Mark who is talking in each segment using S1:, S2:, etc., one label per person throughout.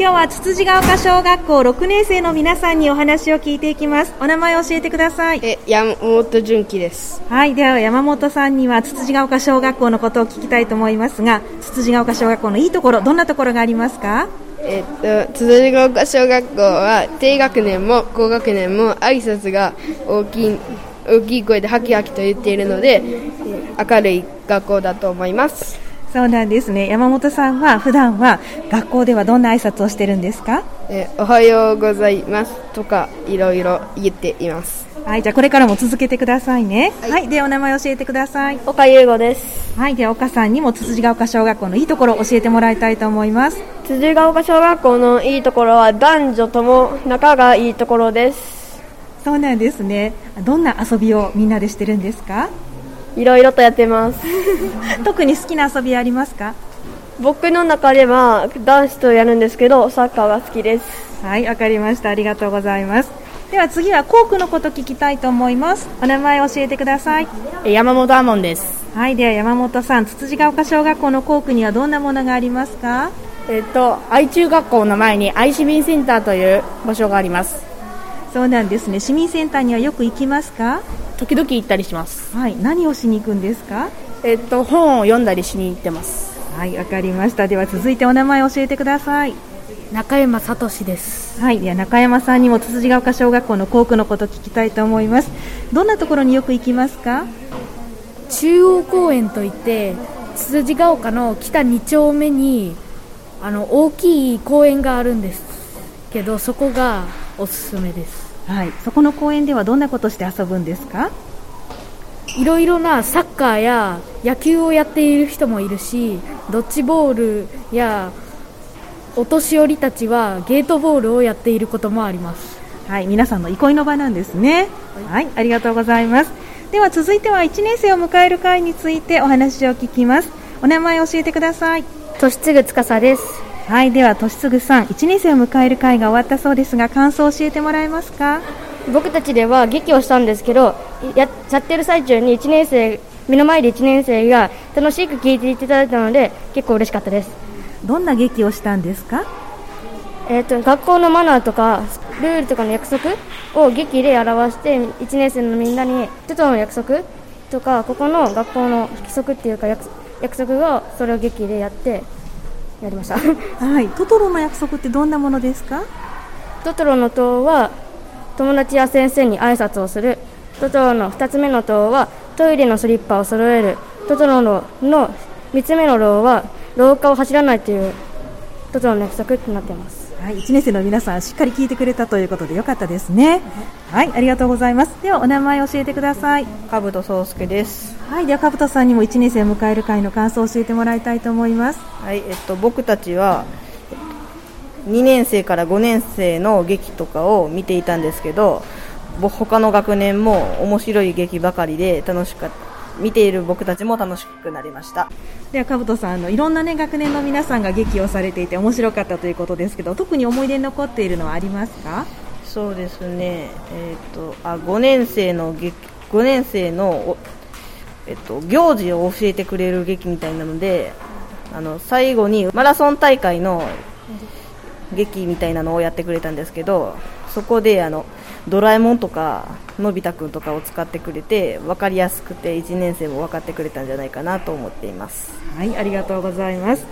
S1: 今日はつつじが丘小学校6年生の皆さんにお話を聞いていきますお名前を教えてください
S2: え山本純喜です
S1: はいでは山本さんにはつつじが丘小学校のことを聞きたいと思いますがつつじが丘小学校のいいところどんなところがありますか
S2: えっと辻ヶ丘小学校は低学年も高学年も挨拶が大きい大きい声でハキハキと言っているのでえ明るい学校だと思います
S1: そうなんですね山本さんは普段は学校ではどんな挨拶をしてるんですか
S2: えおはようございますとかいろいろ言っています
S1: はいじゃあこれからも続けてくださいねはい、でお名前教えてください
S3: 岡優吾です
S1: はいでは岡さんにもつつじが丘小学校のいいところを教えてもらいたいと思います
S3: 辻ヶ丘小学校のいいところは男女とも仲がいいところです
S1: そうなんですねどんな遊びをみんなでしてるんですか
S3: いろいろとやってます
S1: 特に好きな遊びありますか
S3: 僕の中では男子とやるんですけどサッカーが好きです
S1: はいわかりましたありがとうございますでは次は校区のこと聞きたいと思いますお名前教えてください
S4: 山本アモンです。
S1: はいでは山本さんつつじが丘小学校の校区にはどんなものがありますか
S4: えっと、愛中学校の前に愛市民センターという場所があります。
S1: そうなんですね市民センターにはよく行きますか
S4: 時々行ったりします。
S1: はい何をしに行くんですか
S4: えっと、本を読んだりしに行ってます。
S1: はいわかりましたでは続いてお名前教えてください
S4: 中山聡です。
S1: はいでは中山さんにもつつじが丘小学校の校区のこと聞きたいと思いますどんなところによく行きますか
S5: 中央公園といってつつじが丘の北2丁目にあの大きい公園があるんですけどそこがおすすめです
S1: はい、そこの公園ではどんなことして遊ぶんですか
S5: いろいろなサッカーや野球をやっている人もいるしドッジボールやお年寄りたちはゲートボールをやっていることもあります
S1: はい、皆さんの憩いの場なんですねはい、ありがとうございますでは続いては1年生を迎える会についてお話を聞きますお名前を教えてください
S5: 年次司です
S1: はい、ではとしつぐさん1年生を迎える会が終わったそうですが感想を教えてもらえますか
S6: 僕たちでは劇をしたんですけどややってる最中に1年生目の前で1年生が楽しく聞いていただいたので結構嬉しかったです、
S1: どんな劇をしたんですか
S6: えー、と学校のマナーとかルールとかの約束を劇で表して1年生のみんなに人との約束とかここの学校の規則っていうか約約束をそれを劇でやってやりました
S1: はい、トトロの約束ってどんなものですか
S6: トトロの塔は友達や先生に挨拶をするトトロの2つ目の塔はトイレのスリッパを揃えるトトロのの3つ目の廊は廊下を走らないというトトロの約束となっています
S1: はい、1年生の皆さんしっかり聞いてくれたということでよかったですねはい、ありがとうございますではお名前を教えてください
S2: かぶとそうすけです
S1: はい、ではかぶとさんにも1年生を迎える会の感想を教えてもらいたいと思います。
S2: はい、えっと、僕たちは2年生から5年生の劇とかを見ていたんですけどぼ他の学年も面白い劇ばかりで楽しか見ている僕たちも楽しくなりました
S1: ではかぶとさんあのいろんなね学年の皆さんが劇をされていて面白かったということですけど、特に思い出に残っているのはありますか？
S2: そうですね、えっとあ5年生の劇5年生のお、えっと行事を教えてくれる劇みたいなのであの最後にマラソン大会の劇みたいなのをやってくれたんですけどそこであのドラえもんとかのび太くんとかを使ってくれて分かりやすくて1年生も分かってくれたんじゃないかなと思っています
S1: はい、ありがとうございます。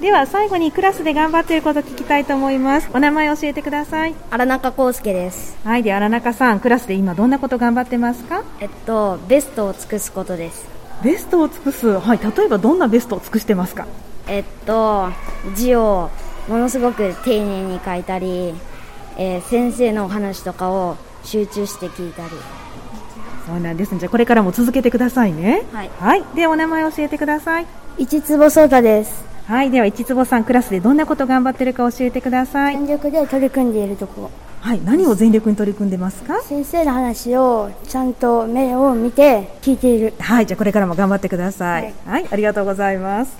S1: では最後にクラスで頑張っていることを聞きたいと思います。お名前教えてください。
S7: 荒中康介です
S1: はい、で荒中さんクラスで今どんなこと頑張ってますか？
S7: えっとベストを尽くすことです
S1: ベストを尽くすはい例えばどんなベストを尽くしてますか？
S7: えっと字をものすごく丁寧に書いたり、えー先生のお話とかを集中して聞いたり
S1: そうなんです、ね。じゃあこれからも続けてくださいね。
S7: はい
S1: でお名前教えてください。
S6: 一坪聡太です
S1: はい、では一坪さんクラスでどんなこと頑張ってるか教えてください。
S6: 全力で取り組んでいるとこ
S1: はい、何を全力に取り組んでますか。
S6: 先生の話をちゃんと目を見て聞いている
S1: はい、じゃあこれからも頑張ってください。はい、ありがとうございます。